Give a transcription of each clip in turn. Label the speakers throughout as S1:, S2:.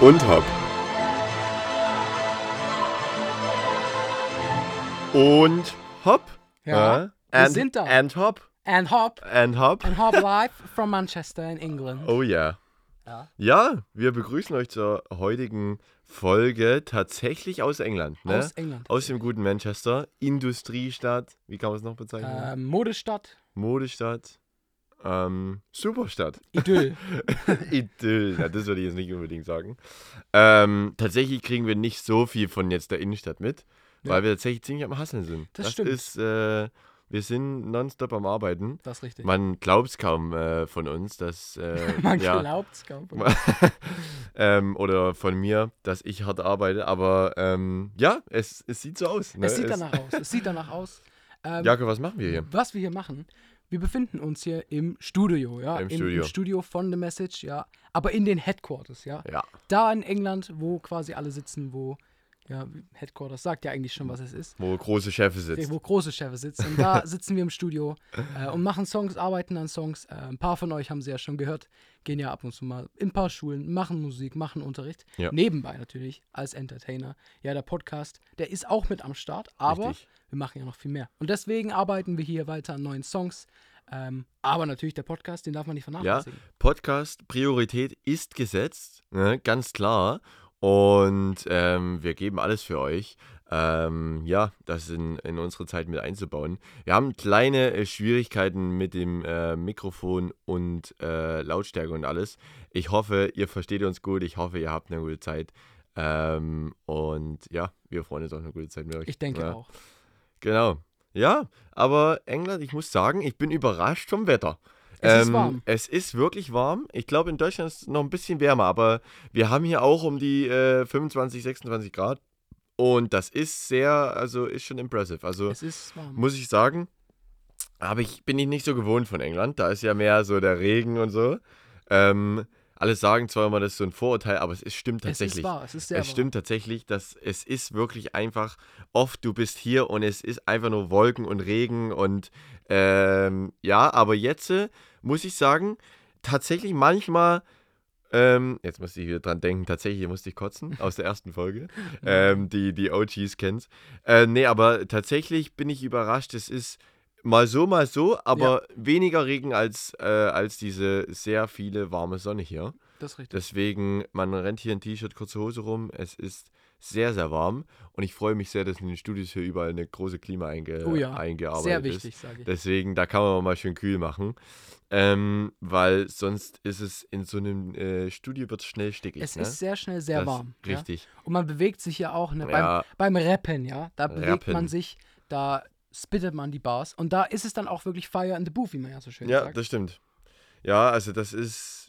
S1: und hopp. Und hopp. Äh,
S2: Ja, wir
S1: and,
S2: sind da.
S1: And hopp.
S2: And hop.
S1: And hopp.
S2: And hop live from Manchester in England.
S1: Oh yeah.
S2: Ja.
S1: Ja, wir begrüßen euch zur heutigen Folge tatsächlich aus England. Ne?
S2: Aus England.
S1: Aus dem guten Manchester. Industriestadt. Wie kann man es noch bezeichnen?
S2: Äh, Modestadt.
S1: Modestadt. Ähm, Superstadt.
S2: Idyll.
S1: Idyll. Na, das würde ich jetzt nicht unbedingt sagen. Ähm, tatsächlich kriegen wir nicht so viel von jetzt der Innenstadt mit, weil wir tatsächlich ziemlich am Hasseln sind.
S2: Das stimmt.
S1: Ist, äh, wir sind nonstop am Arbeiten.
S2: Das ist richtig.
S1: Man glaubt es kaum äh, von uns, dass. Äh,
S2: Man
S1: ja,
S2: glaubt's kaum.
S1: ähm, oder von mir, dass ich hart arbeite, aber ähm, ja, es, es sieht so aus. Ne?
S2: Es sieht danach aus. Es sieht danach aus. Ähm,
S1: Jakob, was machen wir hier?
S2: Was wir hier machen, wir befinden uns hier im Studio, ja.
S1: Im
S2: Im,
S1: Studio.
S2: Im Studio von The Message, ja. Aber in den Headquarters, ja.
S1: Ja,
S2: Da in England, wo quasi alle sitzen, wo, ja, Headquarters sagt ja eigentlich schon, was es ist.
S1: wo große Chefe sitzen.
S2: Wo große Chefs sitzen. Und da sitzen wir im Studio äh, und machen Songs, arbeiten an Songs. Äh, ein paar von euch haben sie ja schon gehört, gehen ja ab und zu mal in ein paar Schulen, machen Musik, machen Unterricht.
S1: Ja.
S2: Nebenbei natürlich als Entertainer. Ja, der Podcast, der ist auch mit am Start, aber
S1: Richtig.
S2: wir machen ja noch viel mehr. Und deswegen arbeiten wir hier weiter an neuen Songs. Ähm, aber natürlich der Podcast, den darf man nicht
S1: Ja,
S2: vernachlässigen.
S1: Podcast, Priorität ist gesetzt, ne? ganz klar. Und ähm, wir geben alles für euch. Ähm, ja, das in, in unsere Zeit mit einzubauen. Wir haben kleine äh, Schwierigkeiten mit dem äh, Mikrofon und äh, Lautstärke und alles. Ich hoffe, ihr versteht uns gut. Ich hoffe, ihr habt eine gute Zeit. Ähm, und ja, wir freuen uns auf eine gute Zeit mit euch.
S2: Ich denke
S1: ja.
S2: auch.
S1: Genau. Ja, aber England, ich muss sagen, ich bin überrascht vom Wetter. Ähm,
S2: Es ist warm.
S1: Es ist wirklich warm. Ich glaube, in Deutschland ist es noch ein bisschen wärmer, aber wir haben hier auch um die äh, 25, 26 Grad. Und das ist sehr, also ist schon impressive. Also
S2: Es ist warm.
S1: muss ich sagen, aber ich bin ich nicht so gewohnt von England. Da ist ja mehr so der Regen und so. Ähm, alle sagen zwar immer, das ist so ein Vorurteil, aber es ist, stimmt
S2: es
S1: tatsächlich.
S2: ist wahr, es ist sehr
S1: Es
S2: warm.
S1: stimmt tatsächlich, dass es ist wirklich einfach oft, du bist hier und es ist einfach nur Wolken und Regen und ähm, ja, aber jetzt äh, muss ich sagen, tatsächlich manchmal, ähm, jetzt muss ich wieder dran denken, tatsächlich musste ich kotzen aus der ersten Folge, ähm, die, die OGs kennst. Äh, nee, aber tatsächlich bin ich überrascht, es ist mal so, mal so, aber weniger Regen als, äh, als diese sehr viele warme Sonne hier.
S2: Das ist richtig.
S1: Deswegen, man rennt hier ein T-Shirt, kurze Hose rum. Es ist sehr, sehr warm. Und ich freue mich sehr, dass in den Studios hier überall eine große Klima einge
S2: Oh ja,
S1: eingearbeitet
S2: Sehr
S1: ist.
S2: wichtig, sage ich.
S1: Deswegen, da kann man mal schön kühl machen. Ähm, weil sonst ist es in so einem äh, Studio wird schnell stickig.
S2: Es
S1: ne?
S2: ist sehr schnell sehr
S1: Das-
S2: warm. Ja?
S1: Richtig.
S2: Und man bewegt sich ja auch ne, beim,
S1: Ja.
S2: beim Rappen, ja. Da bewegt
S1: Rappen.
S2: man sich, da spittet man die Bars. Und da ist es dann auch wirklich Fire in the Booth, wie man ja so schön
S1: Ja,
S2: sagt.
S1: das stimmt. Ja, also das ist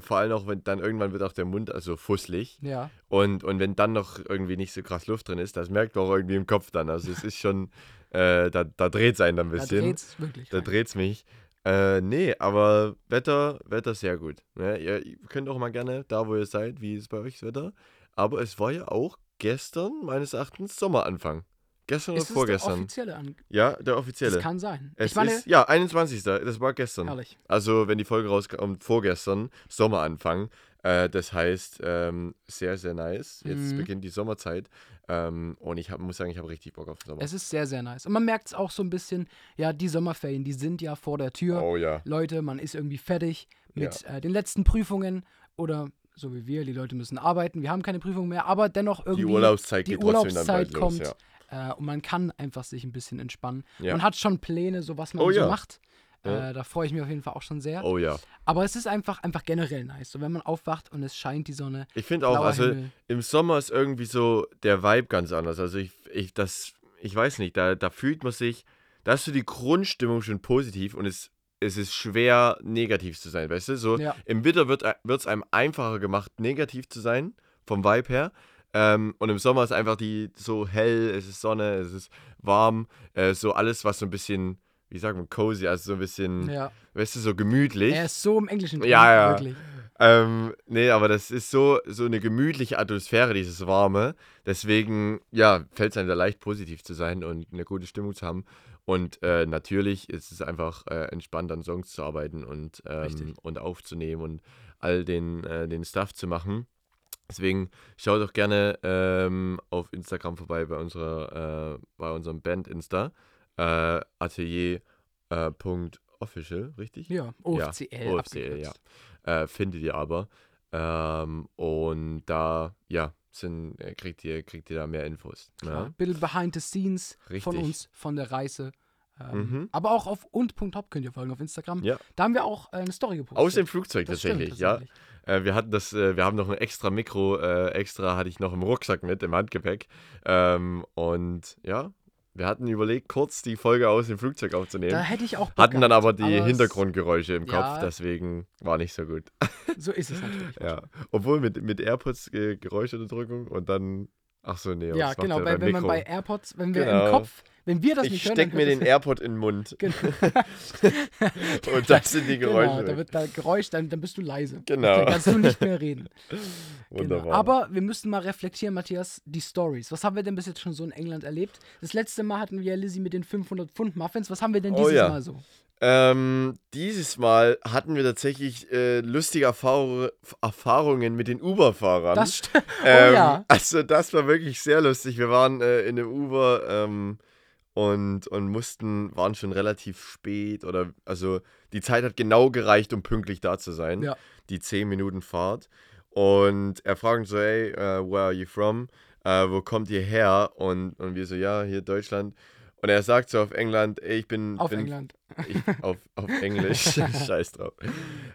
S1: vor allem auch, wenn dann irgendwann wird auch der Mund also fusselig.
S2: ja,
S1: Und, und wenn dann noch irgendwie nicht so krass Luft drin ist, das merkt man auch irgendwie im Kopf dann. Also es ist schon, äh, da, da dreht es einen dann ein
S2: da
S1: bisschen.
S2: dreht es wirklich.
S1: Da
S2: rein.
S1: dreht es mich. Äh, nee, aber Wetter, Wetter sehr gut. Ne? Ihr ihr könnt auch mal gerne, da wo ihr seid, wie ist bei euch das Wetter? Aber es war ja auch gestern, meines Erachtens, Sommeranfang. Gestern oder
S2: ist es Der
S1: vorgestern?
S2: offizielle An
S1: ja, der
S2: Das
S1: offizielle.
S2: kann sein.
S1: es
S2: ich meine,
S1: ist, ja, 21. Das war gestern.
S2: herrlich.
S1: Also, wenn die Folge rauskommt, vorgestern, Sommeranfang. Äh, das heißt, ähm, sehr, sehr nice. Jetzt
S2: Mhm.
S1: beginnt die Sommerzeit. Ähm, und ich hab, muss sagen, ich habe richtig Bock auf den Sommer.
S2: Es ist sehr, sehr nice. Und man merkt es auch so ein bisschen, ja, die Sommerferien, die sind ja vor der Tür.
S1: oh ja.
S2: Leute, man ist irgendwie fertig mit äh, den letzten Prüfungen oder so wie wir, die Leute müssen arbeiten, wir haben keine Prüfung mehr, aber dennoch irgendwie
S1: Die Urlaubszeit
S2: die
S1: geht trotzdem dann bald
S2: Urlaubszeit
S1: los.
S2: kommt
S1: Ja.
S2: äh, und man kann einfach sich ein bisschen entspannen.
S1: Ja.
S2: Man hat schon Pläne, so was man
S1: Oh
S2: so
S1: ja.
S2: macht. Äh,
S1: Ja.
S2: Da freue ich mich auf jeden Fall auch schon sehr.
S1: Oh ja.
S2: Aber es ist einfach, einfach generell nice. So, wenn man aufwacht und es scheint die Sonne.
S1: Ich finde auch,
S2: Blauer
S1: also
S2: Himmel.
S1: im Sommer ist irgendwie so der Vibe ganz anders. Also ich, ich, das, ich weiß nicht, da, da fühlt man sich, da hast du die Grundstimmung schon positiv und es, es ist schwer, negativ zu sein, weißt du? So
S2: Ja.
S1: im Winter wird es einem einfacher gemacht, negativ zu sein, vom Vibe her. Ähm, und im Sommer ist einfach die so hell, es ist Sonne, es ist warm, äh, so alles, was so ein bisschen, wie sagt man, cozy, also so ein bisschen,
S2: Ja.
S1: weißt du, so gemütlich.
S2: Er ist so im Englischen. drin,
S1: Ja, ja.
S2: Wirklich.
S1: Ähm, nee, aber das ist so, so eine gemütliche Atmosphäre, dieses Warme. Deswegen, ja, fällt es einem da leicht, positiv zu sein und eine gute Stimmung zu haben. Und äh, natürlich ist es einfach äh, entspannt, an Songs zu arbeiten und, ähm,
S2: Richtig.
S1: und aufzunehmen und all den, äh, den Stuff zu machen. Deswegen schaut doch gerne ähm, auf Instagram vorbei bei unserer, äh, bei unserem Band Insta. Äh, Atelier.official, äh, Punkt official, richtig?
S2: Ja, OFCL.
S1: OFCL,
S2: abgekürzt.
S1: ja. Äh, findet ihr aber. Ähm, und da, ja, sind, äh, kriegt ihr, kriegt ihr da mehr Infos. ne?
S2: Klar,
S1: Ja.
S2: Ein bisschen behind the scenes von
S1: Richtig.
S2: uns, von der Reise. Ähm,
S1: Mhm.
S2: Aber auch auf und.hop könnt ihr folgen auf Instagram.
S1: Ja.
S2: Da haben wir auch äh, eine Story gepostet.
S1: Aus dem Flugzeug
S2: Das stimmt
S1: tatsächlich, ja. Äh, wir hatten das, äh, wir haben noch ein extra Mikro, äh, extra hatte ich noch im Rucksack mit, im Handgepäck. Ähm, und ja, wir hatten überlegt, kurz die Folge aus dem Flugzeug
S2: Da
S1: aufzunehmen.
S2: hätte ich auch Bock
S1: Hatten dann
S2: gehabt,
S1: aber die
S2: es-
S1: Hintergrundgeräusche im
S2: Ja.
S1: Kopf, deswegen war nicht so gut.
S2: So ist es natürlich.
S1: Ja. Obwohl mit, mit AirPods äh, Geräuschunterdrückung und dann. Ach so, nee,
S2: ja,
S1: das macht
S2: genau.
S1: ja
S2: Bei,
S1: dein
S2: wenn man
S1: Mikro.
S2: bei AirPods, wenn wir
S1: Genau.
S2: im Kopf, wenn wir das
S1: ich
S2: nicht hören, dann
S1: steck mir
S2: hört
S1: den
S2: das-
S1: AirPod in den Mund und das sind die
S2: Genau,
S1: Geräusche.
S2: da wird da Geräusch, dann, dann bist du leise.
S1: Genau.
S2: Dann kannst du nicht mehr reden.
S1: Wunderbar.
S2: Genau. Aber wir müssen mal reflektieren, Matthias, die Stories. Was haben wir denn bis jetzt schon so in England erlebt? Das letzte Mal hatten wir ja Lizzie mit den 500 Pfund Muffins. Was haben wir denn
S1: Oh
S2: dieses
S1: ja.
S2: Mal so?
S1: Ähm, dieses Mal hatten wir tatsächlich äh, lustige Erfahr Erfahrungen mit den Uber-Fahrern.
S2: Das stimmt. Oh
S1: ähm,
S2: ja.
S1: Also das war wirklich sehr lustig. Wir waren äh, in einem Uber ähm, und, und mussten, waren schon relativ spät oder also die Zeit hat genau gereicht, um pünktlich da zu sein.
S2: Ja.
S1: Die 10 Minuten Fahrt. Und er fragt uns so, hey, äh, where are you from? Äh, wo kommt ihr her? Und, und wir so, ja, hier Deutschland. Und er sagt so auf England, ey, ich bin,
S2: Auf
S1: bin
S2: England.
S1: ich, auf, auf Englisch, scheiß drauf.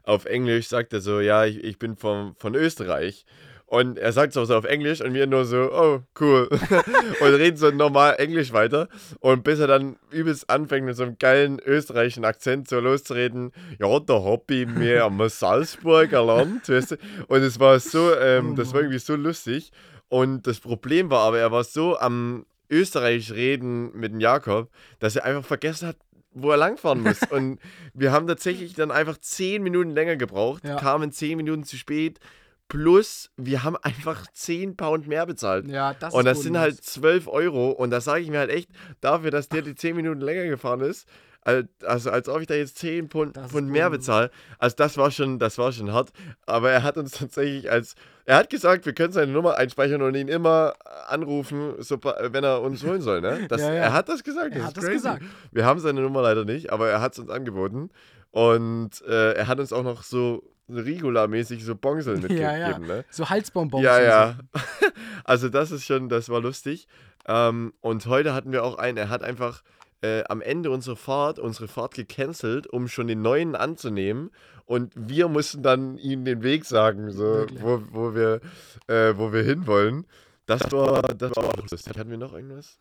S1: Auf Englisch sagt er so, ja, ich, ich bin vom, von Österreich. Und er sagt es auch so auf Englisch und wir nur so, oh, cool. und reden so normal Englisch weiter. Und bis er dann übelst anfängt, mit so einem geilen österreichischen Akzent so loszureden, ja, da hab ich mir am Salzburger Land. weißt du? Und es war so, ähm, das war irgendwie so lustig. Und das Problem war aber, er war so am Österreich reden mit dem Jakob, dass er einfach vergessen hat, wo er langfahren muss. Und wir haben tatsächlich dann einfach zehn Minuten länger gebraucht,
S2: Ja.
S1: kamen zehn Minuten zu spät. Plus, wir haben einfach 10 Pound mehr bezahlt.
S2: Ja, das
S1: und
S2: ist
S1: das sind
S2: bodenlos.
S1: halt 12 Euro. Und das sage ich mir halt echt, dafür, dass der die 10 Minuten länger gefahren ist, al- also als ob ich da jetzt 10 Pfund,
S2: Das ist
S1: Pfund mehr
S2: bodenlos.
S1: bezahle. Also das war schon, das war schon hart. Aber er hat uns tatsächlich als, er hat gesagt, wir können seine Nummer einspeichern und ihn immer anrufen, sobald- wenn er uns holen soll. Ne? Das,
S2: Ja, ja.
S1: Er hat das gesagt.
S2: Er
S1: das ist
S2: hat das
S1: crazy.
S2: gesagt.
S1: Wir haben seine Nummer leider nicht, aber er hat es uns angeboten. Und äh, er hat uns auch noch so Rigola-mäßig so Bonseln mitgegeben.
S2: Ja, ja.
S1: Ne?
S2: So Halsbonbons.
S1: Ja,
S2: und
S1: ja. Also das ist schon, das war lustig. Ähm, und heute hatten wir auch einen, er hat einfach äh, am Ende unserer Fahrt, unsere Fahrt gecancelt, um schon den neuen anzunehmen. Und wir mussten dann ihm den Weg sagen, so,
S2: Wirklich?
S1: wo, wo, wir, äh, wo wir hinwollen. Das war, das war auch lustig. Hatten wir noch irgendwas?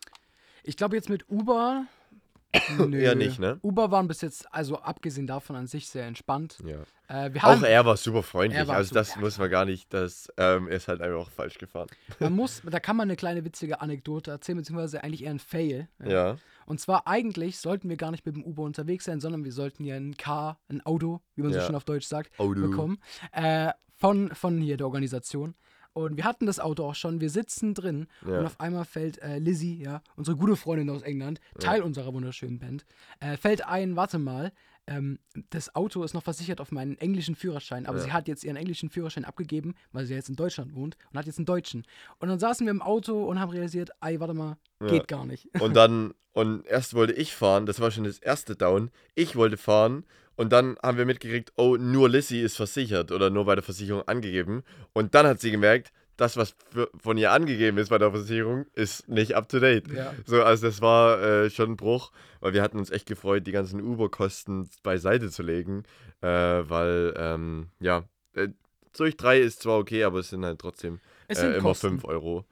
S2: Ich glaube jetzt mit Uber. Nö.
S1: Eher nicht, ne?
S2: Uber waren bis jetzt, also abgesehen davon an sich sehr entspannt.
S1: Ja.
S2: Äh, wir haben,
S1: Auch er war super freundlich.
S2: Er war
S1: also das
S2: super.
S1: muss man gar nicht, das ähm, er ist halt einfach auch falsch gefahren.
S2: man muss, da kann man eine kleine witzige Anekdote erzählen, beziehungsweise eigentlich eher ein Fail.
S1: Ja.
S2: Und zwar eigentlich sollten wir gar nicht mit dem Uber unterwegs sein, sondern wir sollten ja ein Car, ein Auto, wie man so
S1: Ja.
S2: schön auf Deutsch sagt,
S1: Auto.
S2: bekommen. Äh, von, von hier der Organisation. Und wir hatten das Auto auch schon, wir sitzen drin
S1: Ja.
S2: und auf einmal fällt äh, Lizzie, ja, unsere gute Freundin aus England, Teil unserer wunderschönen Band, äh, fällt ein, warte mal, ähm, das Auto ist noch versichert auf meinen englischen Führerschein, aber sie hat jetzt ihren englischen Führerschein abgegeben, weil sie jetzt in Deutschland wohnt und hat jetzt einen deutschen. Und dann saßen wir im Auto und haben realisiert, ey, warte mal, geht gar nicht.
S1: Und dann, und erst wollte ich fahren, das war schon das erste Down. Ich wollte fahren und dann haben wir mitgekriegt, oh, nur Lissy ist versichert oder nur bei der Versicherung angegeben. Und dann hat sie gemerkt, das, was für, von ihr angegeben ist bei der Versicherung, ist nicht up to date.
S2: Ja.
S1: So, also das war äh, schon ein Bruch, weil wir hatten uns echt gefreut, die ganzen Uber-Kosten beiseite zu legen, äh, weil, ähm, ja, äh, durch drei ist zwar okay, aber es sind halt trotzdem
S2: Es sind
S1: äh, immer
S2: Kosten.
S1: 5 Euro.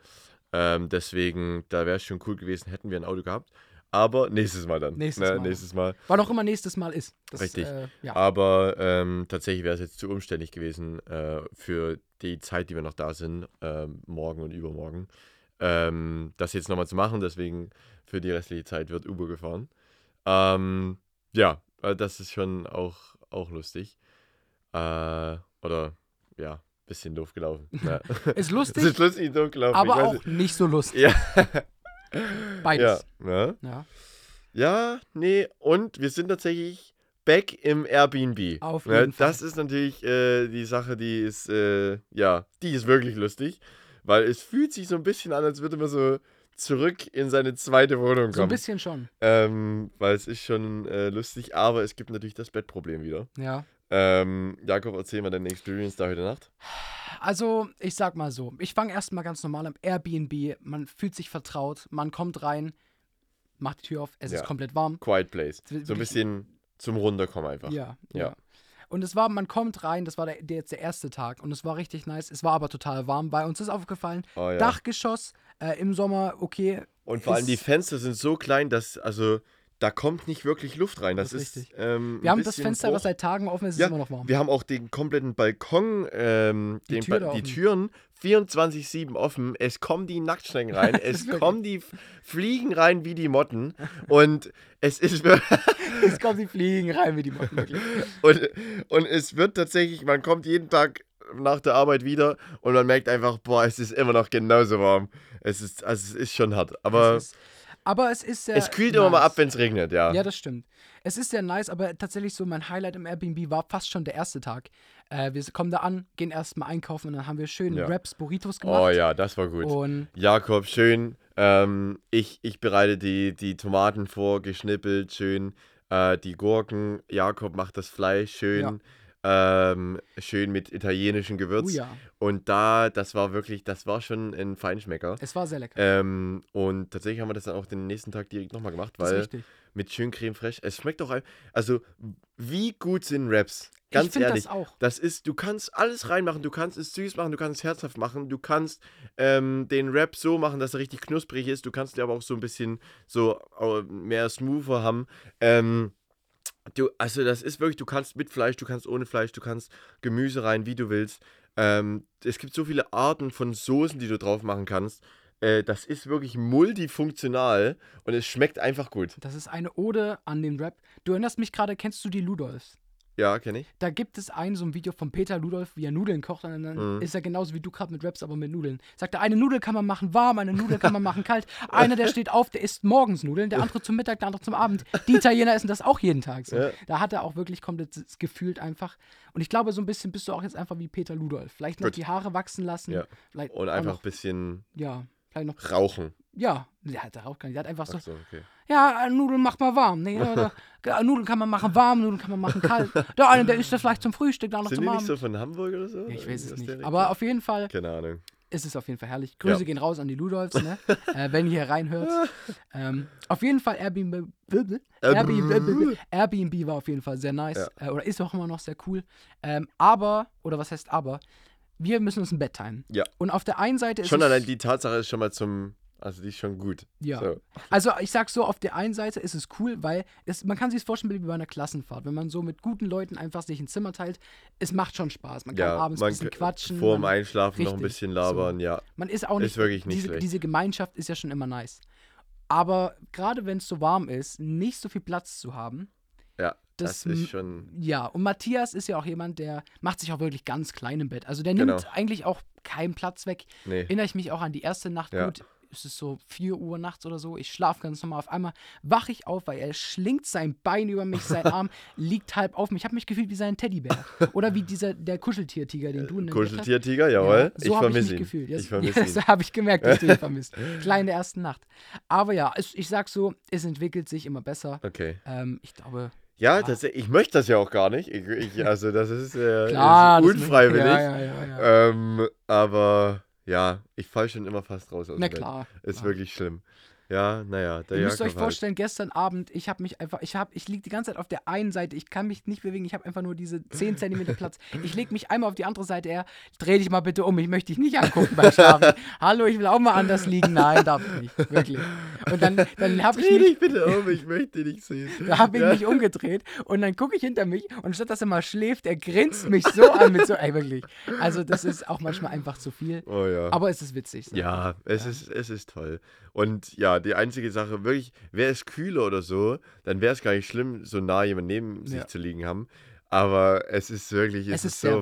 S1: Ähm, deswegen, da wäre es schon cool gewesen, hätten wir ein Auto gehabt. Aber nächstes Mal dann. ne?
S2: Nächstes Mal.
S1: Nächstes Mal.
S2: Wann auch immer nächstes Mal ist. Das,
S1: Richtig. Ah.
S2: Äh, ja.
S1: Aber ähm, tatsächlich wäre es jetzt zu umständlich gewesen äh, für die Zeit, die wir noch da sind, ähm, morgen und übermorgen, ähm, das jetzt nochmal zu machen. Deswegen für die restliche Zeit wird Uber gefahren. Ähm, ja, äh, das ist schon auch, auch lustig. Äh, oder ja, bisschen doof gelaufen. Ja.
S2: Ist
S1: Es
S2: lustig,
S1: ist lustig doof gelaufen. ich
S2: aber
S1: weiß
S2: auch
S1: nicht.
S2: nicht so lustig.
S1: Ja.
S2: Beides.
S1: Ja, ne?
S2: Ja.
S1: ja, nee, und wir sind tatsächlich back im Airbnb.
S2: Auf
S1: Ne,
S2: jeden Fall.
S1: Das ist natürlich äh, die Sache, die ist, äh, ja, die ist wirklich lustig, weil es fühlt sich so ein bisschen an, als würde man so zurück in seine zweite Wohnung kommen.
S2: So ein bisschen schon.
S1: Ähm, weil es ist schon äh, lustig, aber es gibt natürlich das Bettproblem wieder.
S2: Ja.
S1: Ähm, Jakob, erzähl mal deine Experience da heute Nacht.
S2: Also, ich sag mal so, ich fange erstmal ganz normal am Airbnb, man fühlt sich vertraut, man kommt rein, macht die Tür auf, es
S1: Ja.
S2: ist komplett warm.
S1: Quiet Place.
S2: Es wird
S1: So ein
S2: wirklich-
S1: bisschen zum Runterkommen einfach.
S2: Ja, ja.
S1: Ja.
S2: Und es war, man kommt rein, das war der, der, jetzt der erste Tag und es war richtig nice. Es war aber total warm. Bei uns ist aufgefallen,
S1: Oh, ja.
S2: Dachgeschoss, äh, im Sommer, okay.
S1: Und vor allem die
S2: ist-
S1: Fenster sind so klein, dass, also, da kommt nicht wirklich Luft rein. Das,
S2: Das
S1: ist.
S2: ist richtig.
S1: Ähm, ein
S2: Wir haben das
S1: bisschen
S2: Fenster, was
S1: Bruch.
S2: seit Tagen offen ist, ist
S1: ja,
S2: immer noch warm.
S1: Wir haben auch den kompletten Balkon, ähm,
S2: Die
S1: den
S2: Tür
S1: Ba-
S2: da
S1: die
S2: offen.
S1: Türen 24-7 offen. Es kommen die Nacktschnecken rein, es
S2: wirklich-
S1: kommen die F- Fliegen rein wie die Motten. Und es ist wirklich.
S2: Jetzt kommen die Fliegen rein, wie die machen wirklich.
S1: Und, und es wird tatsächlich, man kommt jeden Tag nach der Arbeit wieder und man merkt einfach, boah, es ist immer noch genauso warm. Es ist, also es ist schon hart. Aber
S2: Es ist, aber es ist sehr.
S1: es kühlt immer mal
S2: nice.
S1: ab, wenn es regnet, ja.
S2: Ja, das stimmt. Es ist sehr nice, aber tatsächlich so mein Highlight im Airbnb war fast schon der erste Tag. Äh, wir kommen da an, gehen erstmal einkaufen und dann haben wir schön
S1: Ja.
S2: Wraps, Burritos gemacht.
S1: oh ja, das war gut.
S2: Und
S1: Jakob, schön. Ähm, ich, ich bereite die, die Tomaten vor, geschnippelt, schön. Äh, die Gurken, Jakob macht das Fleisch schön. Ähm, schön mit italienischem
S2: oh
S1: Gewürz.
S2: ja,
S1: Und da, das war wirklich, das war schon ein Feinschmecker.
S2: es war sehr lecker.
S1: Ähm, und tatsächlich haben wir das dann auch den nächsten Tag direkt nochmal gemacht,
S2: das ist
S1: weil
S2: richtig.
S1: mit schön Creme fraiche. Es schmeckt doch ein. Also, wie gut sind Wraps? Ganz
S2: ich finde
S1: ehrlich.
S2: das auch.
S1: Das ist, du kannst alles reinmachen, du kannst es süß machen, du kannst es herzhaft machen, du kannst ähm, den Wrap so machen, dass er richtig knusprig ist, du kannst dir aber auch so ein bisschen so äh, mehr smoother haben. Ähm, du, also das ist wirklich, du kannst mit Fleisch, du kannst ohne Fleisch, du kannst Gemüse rein, wie du willst. Ähm, es gibt so viele Arten von Soßen, die du drauf machen kannst. Äh, das ist wirklich multifunktional und es schmeckt einfach gut.
S2: Das ist eine Ode an den Rap. Du erinnerst mich gerade, kennst du die Ludolfs?
S1: Ja, kenne ich.
S2: Da gibt es ein so ein Video von Peter Ludolf, wie er Nudeln kocht und dann
S1: Mhm.
S2: ist er genauso wie du gerade mit Raps, aber mit Nudeln. Sagt er, eine Nudel kann man machen warm, eine Nudel kann man machen kalt. Einer, der steht auf, der isst morgens Nudeln, der andere zum Mittag, der andere zum Abend. Die Italiener essen das auch jeden Tag so.
S1: Ja.
S2: Da hat er auch wirklich komplett s- gefühlt einfach. Und ich glaube, so ein bisschen bist du auch jetzt einfach wie Peter Ludolf. Vielleicht noch
S1: Gut.
S2: die Haare wachsen lassen.
S1: Ja.
S2: Vielleicht
S1: Und
S2: auch
S1: einfach ein
S2: Noch,
S1: bisschen
S2: ja, vielleicht noch.
S1: rauchen.
S2: Ja, der hat auch gar nicht. Der hat einfach so,
S1: Ach so, okay.
S2: ja, äh, Nudeln macht mal warm. Nee, oder, ja, Nudeln kann man machen warm, Nudeln kann man machen kalt. Der eine, der isst das vielleicht zum Frühstück, der andere
S1: Sind
S2: zum
S1: die
S2: Abend.
S1: nicht so von Hamburg oder so?
S2: ja, ich
S1: Irgendwie
S2: weiß es
S1: aus der
S2: nicht.
S1: Richtung?
S2: Aber auf jeden Fall
S1: Keine Ahnung.
S2: ist es auf jeden Fall herrlich. Grüße
S1: Ja.
S2: gehen raus an die Ludolfs, ne? äh, wenn ihr hier reinhört. ähm, auf jeden Fall Airbnb, Airbnb, Airbnb war auf jeden Fall sehr nice. Äh, oder ist auch immer noch sehr cool. Ähm, aber, oder was heißt aber, wir müssen uns ein Bett teilen.
S1: Ja.
S2: Und auf der einen Seite ist
S1: Schon
S2: es,
S1: allein die Tatsache ist schon mal zum. Also die ist schon gut.
S2: Ja.
S1: So.
S2: Also ich sag so, auf der einen Seite ist es cool, weil es, man kann sich vorstellen wie bei einer Klassenfahrt. Wenn man so mit guten Leuten einfach sich ein Zimmer teilt, es macht schon Spaß. Man kann
S1: Ja,
S2: abends ein
S1: man
S2: bisschen
S1: k-
S2: quatschen.
S1: Vorm
S2: man,
S1: Einschlafen noch ein
S2: Richtig.
S1: bisschen labern, ja.
S2: man ist auch nicht,
S1: ist wirklich nicht
S2: diese,
S1: schlecht.
S2: diese Gemeinschaft ist ja schon immer nice. Aber gerade wenn es so warm ist, nicht so viel Platz zu haben,
S1: Ja,
S2: Das
S1: das,
S2: m-
S1: ist schon.
S2: ja. Und Matthias ist ja auch jemand, der macht sich auch wirklich ganz klein im Bett. Also der nimmt
S1: Genau.
S2: eigentlich auch keinen Platz weg.
S1: Nee.
S2: erinnere ich mich auch an die erste Nacht
S1: Ja.
S2: gut. Es ist so 4 Uhr nachts oder so. Ich schlafe ganz normal. Auf einmal wache ich auf, weil er schlingt sein Bein über mich, sein Arm liegt halb auf mich. Ich habe mich gefühlt wie sein Teddybär. Oder wie dieser, der Kuscheltiertiger, den du in deinem Bett hast.
S1: Kuscheltiertiger, jawohl.
S2: so
S1: ich
S2: habe ich
S1: vermisse
S2: mich
S1: ihn.
S2: gefühlt. Jetzt-
S1: Ich vermisse
S2: ja,
S1: ihn.
S2: das habe ich gemerkt, dass du ihn vermisst. Kleine erste Nacht. Aber ja, es, ich sag so, es entwickelt sich immer besser.
S1: Okay.
S2: Ähm, ich glaube,
S1: Ja, tatsächlich, ich möchte das ja auch gar nicht. Ich, ich, also das ist, äh,
S2: klar.
S1: ist
S2: das-
S1: unfreiwillig.
S2: Ja, ja, ja, ja.
S1: Ähm, aber ja, ich falle schon immer fast raus aus
S2: Na
S1: dem Bett.
S2: klar.
S1: Ist
S2: klar.
S1: wirklich schlimm. Ja, naja, der
S2: Ihr müsst
S1: Jakob halt.
S2: euch vorstellen, gestern Abend, ich habe mich einfach, ich habe, ich liege die ganze Zeit auf der einen Seite, ich kann mich nicht bewegen, ich habe einfach nur diese 10 Zentimeter Platz. Ich lege mich einmal auf die andere Seite her, dreh dich mal bitte um, ich möchte dich nicht angucken beim Schlafen. Hallo, ich will auch mal anders liegen. Nein, darf ich nicht, wirklich. Und dann, dann
S1: halt.
S2: habe ich
S1: Dreh
S2: mich
S1: dich bitte um, ich möchte dich nicht sehen.
S2: da habe ich
S1: Ja.
S2: mich umgedreht und dann gucke ich hinter mich und statt dass er mal schläft, er grinst mich so an mit so, ey wirklich. Also das ist auch manchmal einfach zu viel,
S1: Oh ja.
S2: aber es ist witzig.
S1: Ja, es ist, es ist toll. Und ja, die einzige Sache, wirklich, wäre es kühler oder so, dann wäre es gar nicht schlimm, so nah jemand neben sich
S2: Ja.
S1: zu liegen haben. Aber es ist wirklich, es, ist, so
S2: sehr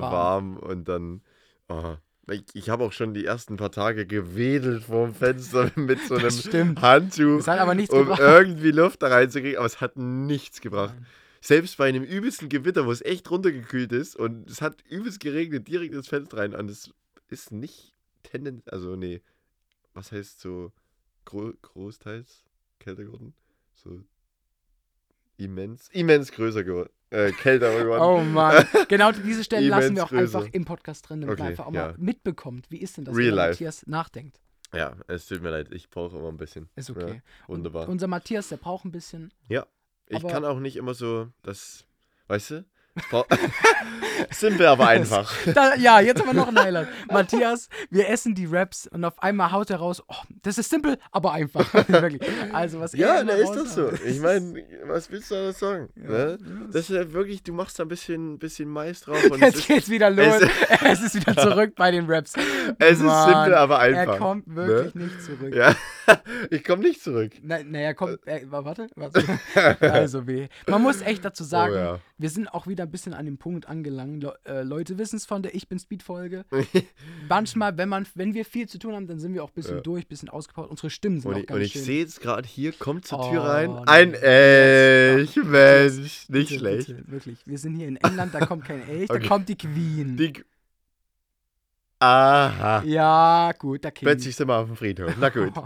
S1: warm.
S2: warm.
S1: und dann. Oh, ich ich habe auch schon die ersten paar Tage gewedelt vorm Fenster mit so einem
S2: stimmt.
S1: Handtuch,
S2: Es hat aber nichts
S1: um
S2: gebracht.
S1: irgendwie Luft da reinzukriegen, aber es hat nichts gebracht. selbst bei einem übelsten Gewitter, wo es echt runtergekühlt ist und es hat übelst geregnet, direkt ins Fenster rein. Und es ist nicht tendenz, also nee, was heißt so gro großteils kälter geworden? So immens, immens größer geworden. Äh, kälter geworden.
S2: Oh Mann. Genau diese Stellen lassen
S1: Immens
S2: wir auch
S1: größer.
S2: einfach im Podcast drin, damit man
S1: Okay,
S2: einfach auch
S1: ja.
S2: mal mitbekommt, wie ist denn das,
S1: Real
S2: wenn der
S1: life.
S2: Matthias nachdenkt.
S1: Ja, es tut mir leid, ich brauche immer ein bisschen.
S2: Ist okay.
S1: Ja, wunderbar.
S2: Und unser Matthias, der braucht ein bisschen.
S1: ich
S2: aber-
S1: kann auch nicht immer so, das, weißt du? Ich brau- Simpel, aber einfach.
S2: Da, ja, jetzt haben wir noch ein Highlight. Matthias, wir essen die Raps und auf einmal haut er raus, oh, das ist simpel, aber einfach. Wirklich. Also was er
S1: Ja,
S2: immer
S1: da ist das so.
S2: raushaut,
S1: Ich meine, was willst du anders sagen? ne? Das ist halt wirklich, du machst da ein bisschen, bisschen Mais drauf und es
S2: Jetzt
S1: ist,
S2: geht's wieder los.
S1: es-
S2: Es ist wieder zurück bei den Raps.
S1: es ist
S2: Mann,
S1: simpel, aber einfach.
S2: Er kommt wirklich nicht zurück.
S1: Ne? Ja, ich komme nicht zurück.
S2: Na, naja, komm, äh, wa- warte, warte. Also weh. Man muss echt dazu sagen,
S1: Oh ja.
S2: wir sind auch wieder ein bisschen an dem Punkt angelangt. Le äh, Leute wissen es von der Ich bin Speed-Folge. Manchmal, wenn, man, wenn wir viel zu tun haben, dann sind wir auch ein bisschen
S1: Ja.
S2: durch, ein bisschen ausgepowert. Unsere Stimmen sind
S1: Und
S2: auch
S1: ich,
S2: ganz
S1: und ich
S2: schön.
S1: sehe jetzt gerade hier, kommt zur
S2: Oh,
S1: Tür rein.
S2: nee.
S1: Ein
S2: Jetzt,
S1: Elch, Mensch, nicht
S2: Bitte, Hm.
S1: schlecht.
S2: Bitte, wirklich. Wir sind hier in England, da kommt kein Elch, da
S1: Okay.
S2: kommt die Queen.
S1: Die, aha.
S2: ja, gut, der King.
S1: Plötzlich sind wir auf dem Friedhof. Na gut.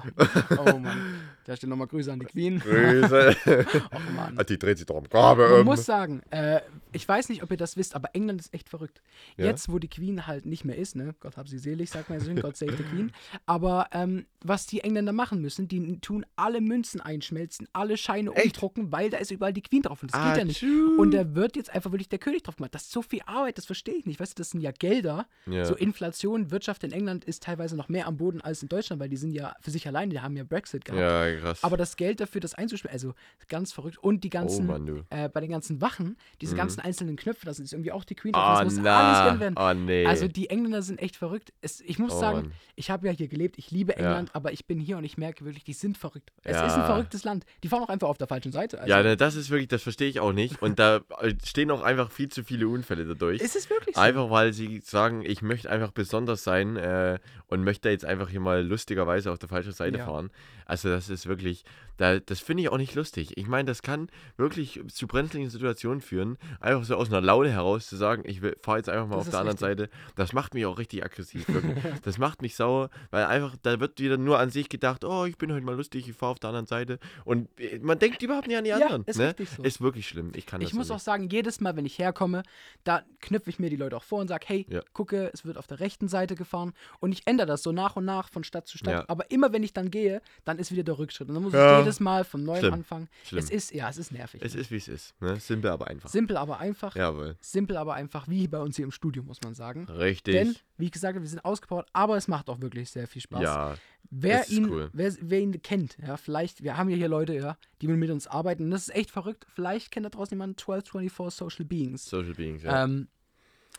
S2: Oh, oh Mann. Da stehen nochmal Grüße an die Queen.
S1: Grüße.
S2: Oh Mann.
S1: Ah, Die dreht sich doch am Grabe
S2: Man
S1: um.
S2: muss sagen, äh, ich weiß nicht, ob ihr das wisst, aber England ist echt verrückt.
S1: Ja?
S2: Jetzt, wo die Queen halt nicht mehr ist, ne? Gott hab sie selig, sagt man ja so, schön, Gott save the Queen. Aber ähm, was die Engländer machen müssen, die tun alle Münzen einschmelzen, alle Scheine
S1: Echt?
S2: umdrucken, weil da ist überall die Queen drauf und das
S1: Ah,
S2: geht ja nicht.
S1: tschu.
S2: Und da wird jetzt einfach wirklich der König drauf gemacht. Das ist so viel Arbeit, das verstehe ich nicht. Weißt du, das sind ja Gelder.
S1: Ja.
S2: So Inflation, Wirtschaft in England ist teilweise noch mehr am Boden als in Deutschland, weil die sind ja für sich alleine, die haben ja Brexit gehabt.
S1: ja, krass.
S2: Aber das Geld dafür, das einzuspielen, also ganz verrückt. Und die ganzen,
S1: Oh, Mann, du. Mhm.
S2: äh, bei den ganzen Wachen, diese ganzen einzelnen Knöpfe, das ist irgendwie auch die Queen. drauf,
S1: Ah,
S2: das muss alles
S1: na.
S2: drin werden.
S1: Ah, nee.
S2: Also die Engländer sind echt verrückt. Es, ich muss
S1: Oh,
S2: sagen,
S1: Mann.
S2: ich habe ja hier gelebt, ich liebe England, aber ich bin hier und ich merke wirklich, die sind verrückt. Es ist ein
S1: Ja.
S2: verrücktes Land. Die fahren auch einfach auf der falschen Seite. Also,
S1: ja, ne, das ist wirklich, das verstehe ich auch nicht. Und da äh, stehen auch einfach viel zu viele Unfälle dadurch.
S2: Ist es wirklich so?
S1: Einfach weil sie sagen, ich möchte einfach besonders sein äh, und möchte jetzt einfach hier mal lustigerweise auf der falschen Seite
S2: Ja.
S1: fahren. Also das ist wirklich, da, das finde ich auch nicht lustig. Ich meine, das kann wirklich zu brenzligen Situationen führen, einfach so aus einer Laune heraus zu sagen, ich fahre jetzt einfach mal
S2: Das
S1: auf
S2: ist
S1: der anderen Seite. Das macht mich auch richtig aggressiv. Wirklich. das macht mich sauer, weil einfach, da wird wieder nur an sich gedacht, oh, ich bin heute mal lustig, ich fahre auf der anderen Seite. Und äh, man denkt überhaupt nicht an die
S2: Ja,
S1: anderen.
S2: ist
S1: ne?
S2: richtig so.
S1: ist wirklich schlimm. Ich kann das
S2: Ich muss
S1: nicht.
S2: auch sagen, jedes Mal, wenn ich herkomme, da knüpfe ich mir die Leute auch vor und sage, hey,
S1: Ja.
S2: gucke, es wird auf der rechten Seite gefahren. Und ich ändere das so nach und nach von Stadt zu Stadt.
S1: Ja.
S2: Aber immer wenn ich dann gehe, dann ist wieder der Rückschritt. Und dann muss
S1: Ja.
S2: ich jedes Mal vom Neuen
S1: Schlimm.
S2: anfangen.
S1: Schlimm.
S2: Es ist, ja, es ist nervig.
S1: Es ist, wie es ist. Ne? Simpel, aber einfach.
S2: Simpel, aber einfach.
S1: Jawohl.
S2: Simpel, aber einfach, wie bei uns hier im Studio, muss man sagen.
S1: Richtig.
S2: Denn, wie gesagt, wir sind ausgebaut, aber es macht auch wirklich sehr viel Spaß.
S1: ja,
S2: Wer
S1: Das ist
S2: ihn,
S1: cool.
S2: wer, wer ihn kennt, ja, vielleicht, wir haben ja hier Leute, ja, die mit uns arbeiten. Und das ist echt verrückt. Vielleicht kennt da draußen jemand 1224 Social Beings.
S1: Social Beings, ja.
S2: Ähm,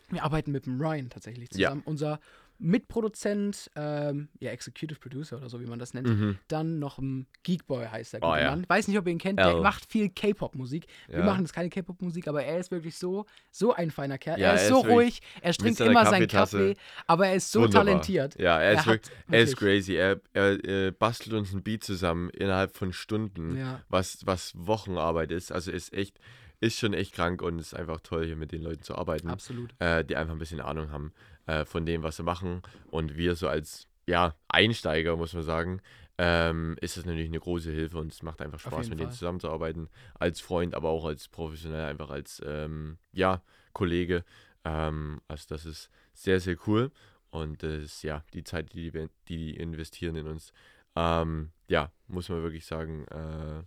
S2: wir arbeiten mit dem Ryan tatsächlich
S1: Ja.
S2: zusammen. Unser Mitproduzent, ähm, ja, Executive Producer oder so, wie man das nennt. Dann noch ein Geekboy heißt der
S1: Oh,
S2: gute
S1: Mhm. ja.
S2: Mann. Weiß nicht, ob ihr ihn kennt. Der
S1: L.
S2: macht viel K-Pop-Musik. Wir
S1: Ja.
S2: machen jetzt keine K-Pop-Musik, aber er ist wirklich so, so ein feiner Kerl.
S1: Ja,
S2: er ist
S1: er
S2: so
S1: ist wirklich
S2: ruhig. Er trinkt
S1: seiner
S2: immer seinen Kaffee,
S1: Kaffeetasse.
S2: aber er ist so
S1: Wunderbar.
S2: talentiert.
S1: Ja, er
S2: Er
S1: ist, wirklich,
S2: hat
S1: er ist
S2: wirklich-
S1: crazy. Er, er, äh, bastelt uns ein Beat zusammen innerhalb von Stunden,
S2: Ja.
S1: was, was Wochenarbeit ist. Also ist echt, ist schon echt krank und ist einfach toll, hier mit den Leuten zu arbeiten,
S2: Absolut.
S1: äh, die einfach ein bisschen Ahnung haben äh, von dem, was sie machen. Und wir so als ja, Einsteiger, muss man sagen, ähm, ist das natürlich eine große Hilfe und es macht einfach Spaß,
S2: jeden
S1: mit denen
S2: Fall.
S1: zusammenzuarbeiten. Als Freund, aber auch als professionell, einfach als ähm, ja, Kollege. Ähm, also das ist sehr, sehr cool. Und das ist ja die Zeit, die wir- die die investieren in uns. Ähm, ja, muss man wirklich sagen, äh,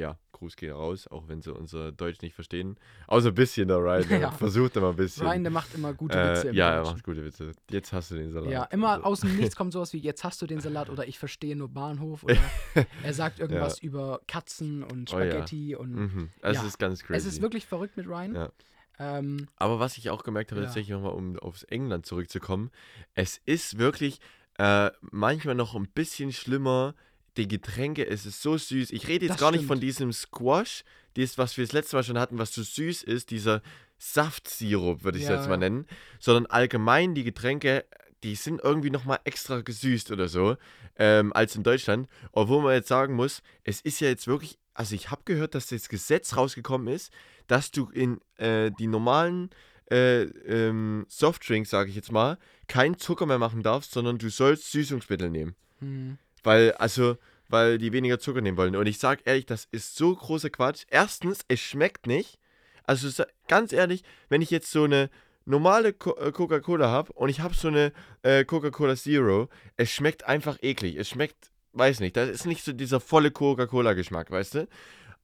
S1: ja, Gruß geht raus, auch wenn sie unser Deutsch nicht verstehen. Außer ein bisschen der Ryan, der
S2: Ja.
S1: versucht immer ein bisschen.
S2: Ryan, der macht immer gute
S1: äh,
S2: Witze. im
S1: ja, er
S2: Deutschen.
S1: macht gute Witze. Jetzt hast du den Salat. Also,
S2: Ja, immer aus dem Nichts kommt sowas wie, jetzt hast du den Salat oder ich verstehe nur Bahnhof oder er sagt irgendwas über Katzen und
S1: Oh ja.
S2: Spaghetti und
S1: Mhm. Es
S2: Ja.
S1: ist ganz crazy.
S2: es ist wirklich verrückt mit Ryan.
S1: Ja.
S2: Ähm,
S1: Aber was ich auch gemerkt habe,
S2: Ja.
S1: tatsächlich nochmal, um aufs England zurückzukommen, es ist wirklich äh, manchmal noch ein bisschen schlimmer. Die Getränke, es ist so süß. Ich rede jetzt
S2: Das
S1: gar nicht von
S2: stimmt.
S1: diesem Squash, dies, was wir das letzte Mal schon hatten, was so süß ist, dieser Saftsirup, würde ich es
S2: Ja,
S1: jetzt
S2: ja.
S1: mal nennen, sondern allgemein die Getränke, die sind irgendwie nochmal extra gesüßt oder so, ähm, als in Deutschland. Obwohl man jetzt sagen muss, es ist ja jetzt wirklich also ich habe gehört, dass das Gesetz rausgekommen ist, dass du in äh, die normalen äh, ähm, Softdrinks, sage ich jetzt mal, keinen Zucker mehr machen darfst, sondern du sollst Süßungsmittel nehmen.
S2: Hm.
S1: Weil, also, weil die weniger Zucker nehmen wollen. Und ich sag ehrlich, das ist so großer Quatsch. Erstens, es schmeckt nicht. Also sa- ganz ehrlich, wenn ich jetzt so eine normale Co äh, Coca-Cola habe und ich habe so eine äh, Coca-Cola Zero, es schmeckt einfach eklig. Es schmeckt, weiß nicht, das ist nicht so dieser volle Coca-Cola-Geschmack, weißt du?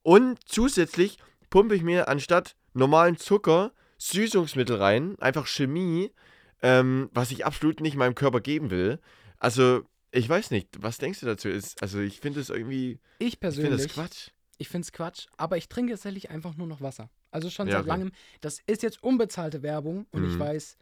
S1: Und zusätzlich pumpe ich mir anstatt normalen Zucker Süßungsmittel rein, einfach Chemie, ähm, was ich absolut nicht meinem Körper geben will. Also, ich weiß nicht, was denkst du dazu? Ist, also, ich finde es irgendwie,
S2: Ich
S1: ich finde das
S2: persönlich,
S1: Quatsch.
S2: ich finde es Quatsch, aber ich trinke tatsächlich einfach nur noch Wasser. Also schon
S1: Ja,
S2: seit
S1: okay.
S2: langem. Das ist jetzt unbezahlte Werbung und ich
S1: Mhm.
S2: weiß,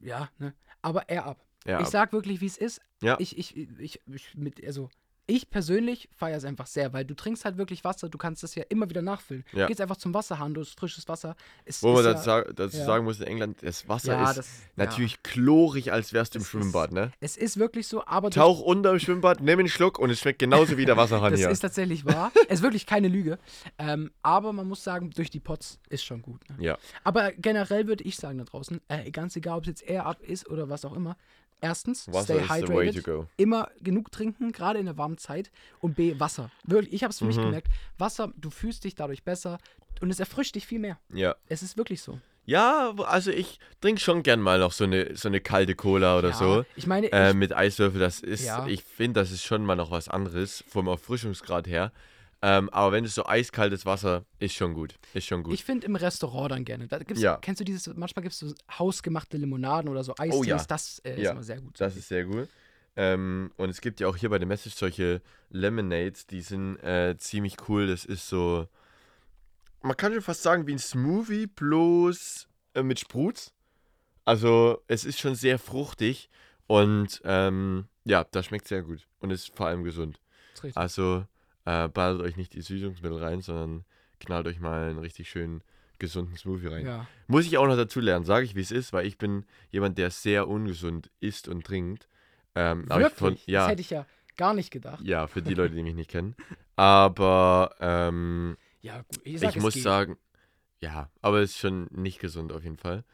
S2: ja, ne? Aber eher ab.
S1: Ja,
S2: Ich sag wirklich, wie es ist.
S1: Ja.
S2: Ich, ich, ich, ich, mit, also, ich persönlich feiere es einfach sehr, weil du trinkst halt wirklich Wasser, du kannst das ja immer wieder nachfüllen.
S1: Ja.
S2: Du gehst einfach zum Wasserhahn, du hast frisches Wasser. Es
S1: wo man
S2: ist
S1: dazu, sa- dazu
S2: ja.
S1: sagen muss, in England, das Wasser
S2: ja,
S1: ist
S2: das,
S1: natürlich chlorig, als wärst du im
S2: Das ist-
S1: Schwimmbad, ne?
S2: Ja. Es ist wirklich so, aber durch
S1: Tauch unter im Schwimmbad, nimm einen Schluck und es schmeckt genauso wie der Wasserhahn
S2: Das
S1: hier.
S2: ist tatsächlich wahr. es ist wirklich keine Lüge. Ähm, aber man muss sagen, durch die Pots ist schon gut. Ne?
S1: ja,
S2: Aber generell würde ich sagen da draußen, äh, ganz egal, ob es jetzt Air Up ist oder was auch immer, erstens,
S1: Wasser
S2: stay
S1: is the way to
S2: hydrated.
S1: go.
S2: Immer genug trinken, gerade in der warmen Zeit. Und B, Wasser. Wirklich, ich habe es für
S1: Mhm.
S2: mich gemerkt. Wasser, du fühlst dich dadurch besser und es erfrischt dich viel mehr.
S1: Ja.
S2: Es ist wirklich so.
S1: Ja, also ich trinke schon gern mal noch so eine, so eine kalte Cola oder
S2: Ja,
S1: so.
S2: Ich meine,
S1: Äh,
S2: ich,
S1: mit Eiswürfel, das ist,
S2: Ja.
S1: ich finde, das ist schon mal noch was anderes vom Erfrischungsgrad her. Ähm, aber wenn es so eiskaltes Wasser ist schon gut. Ist schon gut.
S2: ich finde im Restaurant dann gerne. Da gibt's,
S1: Ja.
S2: Kennst du dieses, manchmal gibt es so hausgemachte Limonaden oder so Eis.
S1: Oh ja.
S2: Das äh, ist
S1: Ja.
S2: immer sehr gut.
S1: das ist sehr gut. Ähm, und es gibt ja auch hier bei der Message solche Lemonades, die sind äh, ziemlich cool. Das ist so, man kann schon fast sagen, wie ein Smoothie, bloß äh, mit Sprut. Also es ist schon sehr fruchtig und ähm, ja, das schmeckt sehr gut und ist vor allem gesund.
S2: Das ist richtig.
S1: Also äh, ballert euch nicht die Süßungsmittel rein, sondern knallt euch mal einen richtig schönen gesunden Smoothie rein.
S2: Ja.
S1: Muss ich auch noch dazu lernen, sage ich, wie es ist, weil ich bin jemand, der sehr ungesund isst und trinkt. Ähm, aber ich
S2: Wirklich?
S1: von, ja,
S2: Das hätte ich ja gar nicht gedacht.
S1: ja, für die Leute, die mich nicht kennen. Aber ähm,
S2: Ja, gut. Ich,
S1: ich,
S2: sag, es
S1: muss
S2: geht.
S1: sagen, ja, aber es ist schon nicht gesund auf jeden Fall.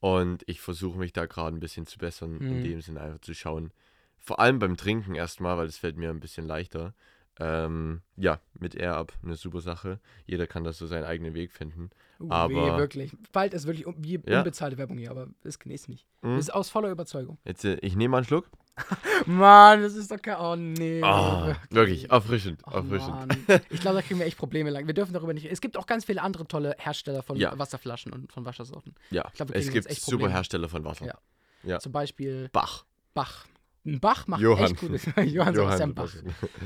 S1: Und ich versuche mich da gerade ein bisschen zu bessern, in
S2: Mhm.
S1: dem Sinne einfach zu schauen. Vor allem beim Trinken erstmal, weil das fällt mir ein bisschen leichter. Ähm, ja, mit Air Up eine super Sache. Jeder kann da so seinen eigenen Weg finden.
S2: Uh,
S1: aber-
S2: weh, wirklich. Bald ist wirklich un wie
S1: Ja.
S2: unbezahlte Werbung hier, aber das genießt nicht.
S1: Mhm.
S2: Das ist aus voller Überzeugung.
S1: Jetzt, äh, ich nehme mal einen Schluck.
S2: Mann, das ist doch kein. Oh nee.
S1: Ah, wirklich, erfrischend,
S2: Ach,
S1: erfrischend.
S2: Mann. Ich glaube, da kriegen wir echt Probleme lang. Wir dürfen darüber nicht. Es gibt auch ganz viele andere tolle Hersteller von
S1: Ja.
S2: Wasserflaschen und von Wassersorten.
S1: Ja,
S2: glaub, wir kriegen
S1: es
S2: jetzt
S1: gibt
S2: echt
S1: super
S2: Probleme.
S1: Hersteller von Wasser.
S2: Ja.
S1: Ja.
S2: Zum Beispiel
S1: Bach.
S2: Bach. Ein Bach macht
S1: Johann.
S2: echt gutes. Johann Sebastian Bach.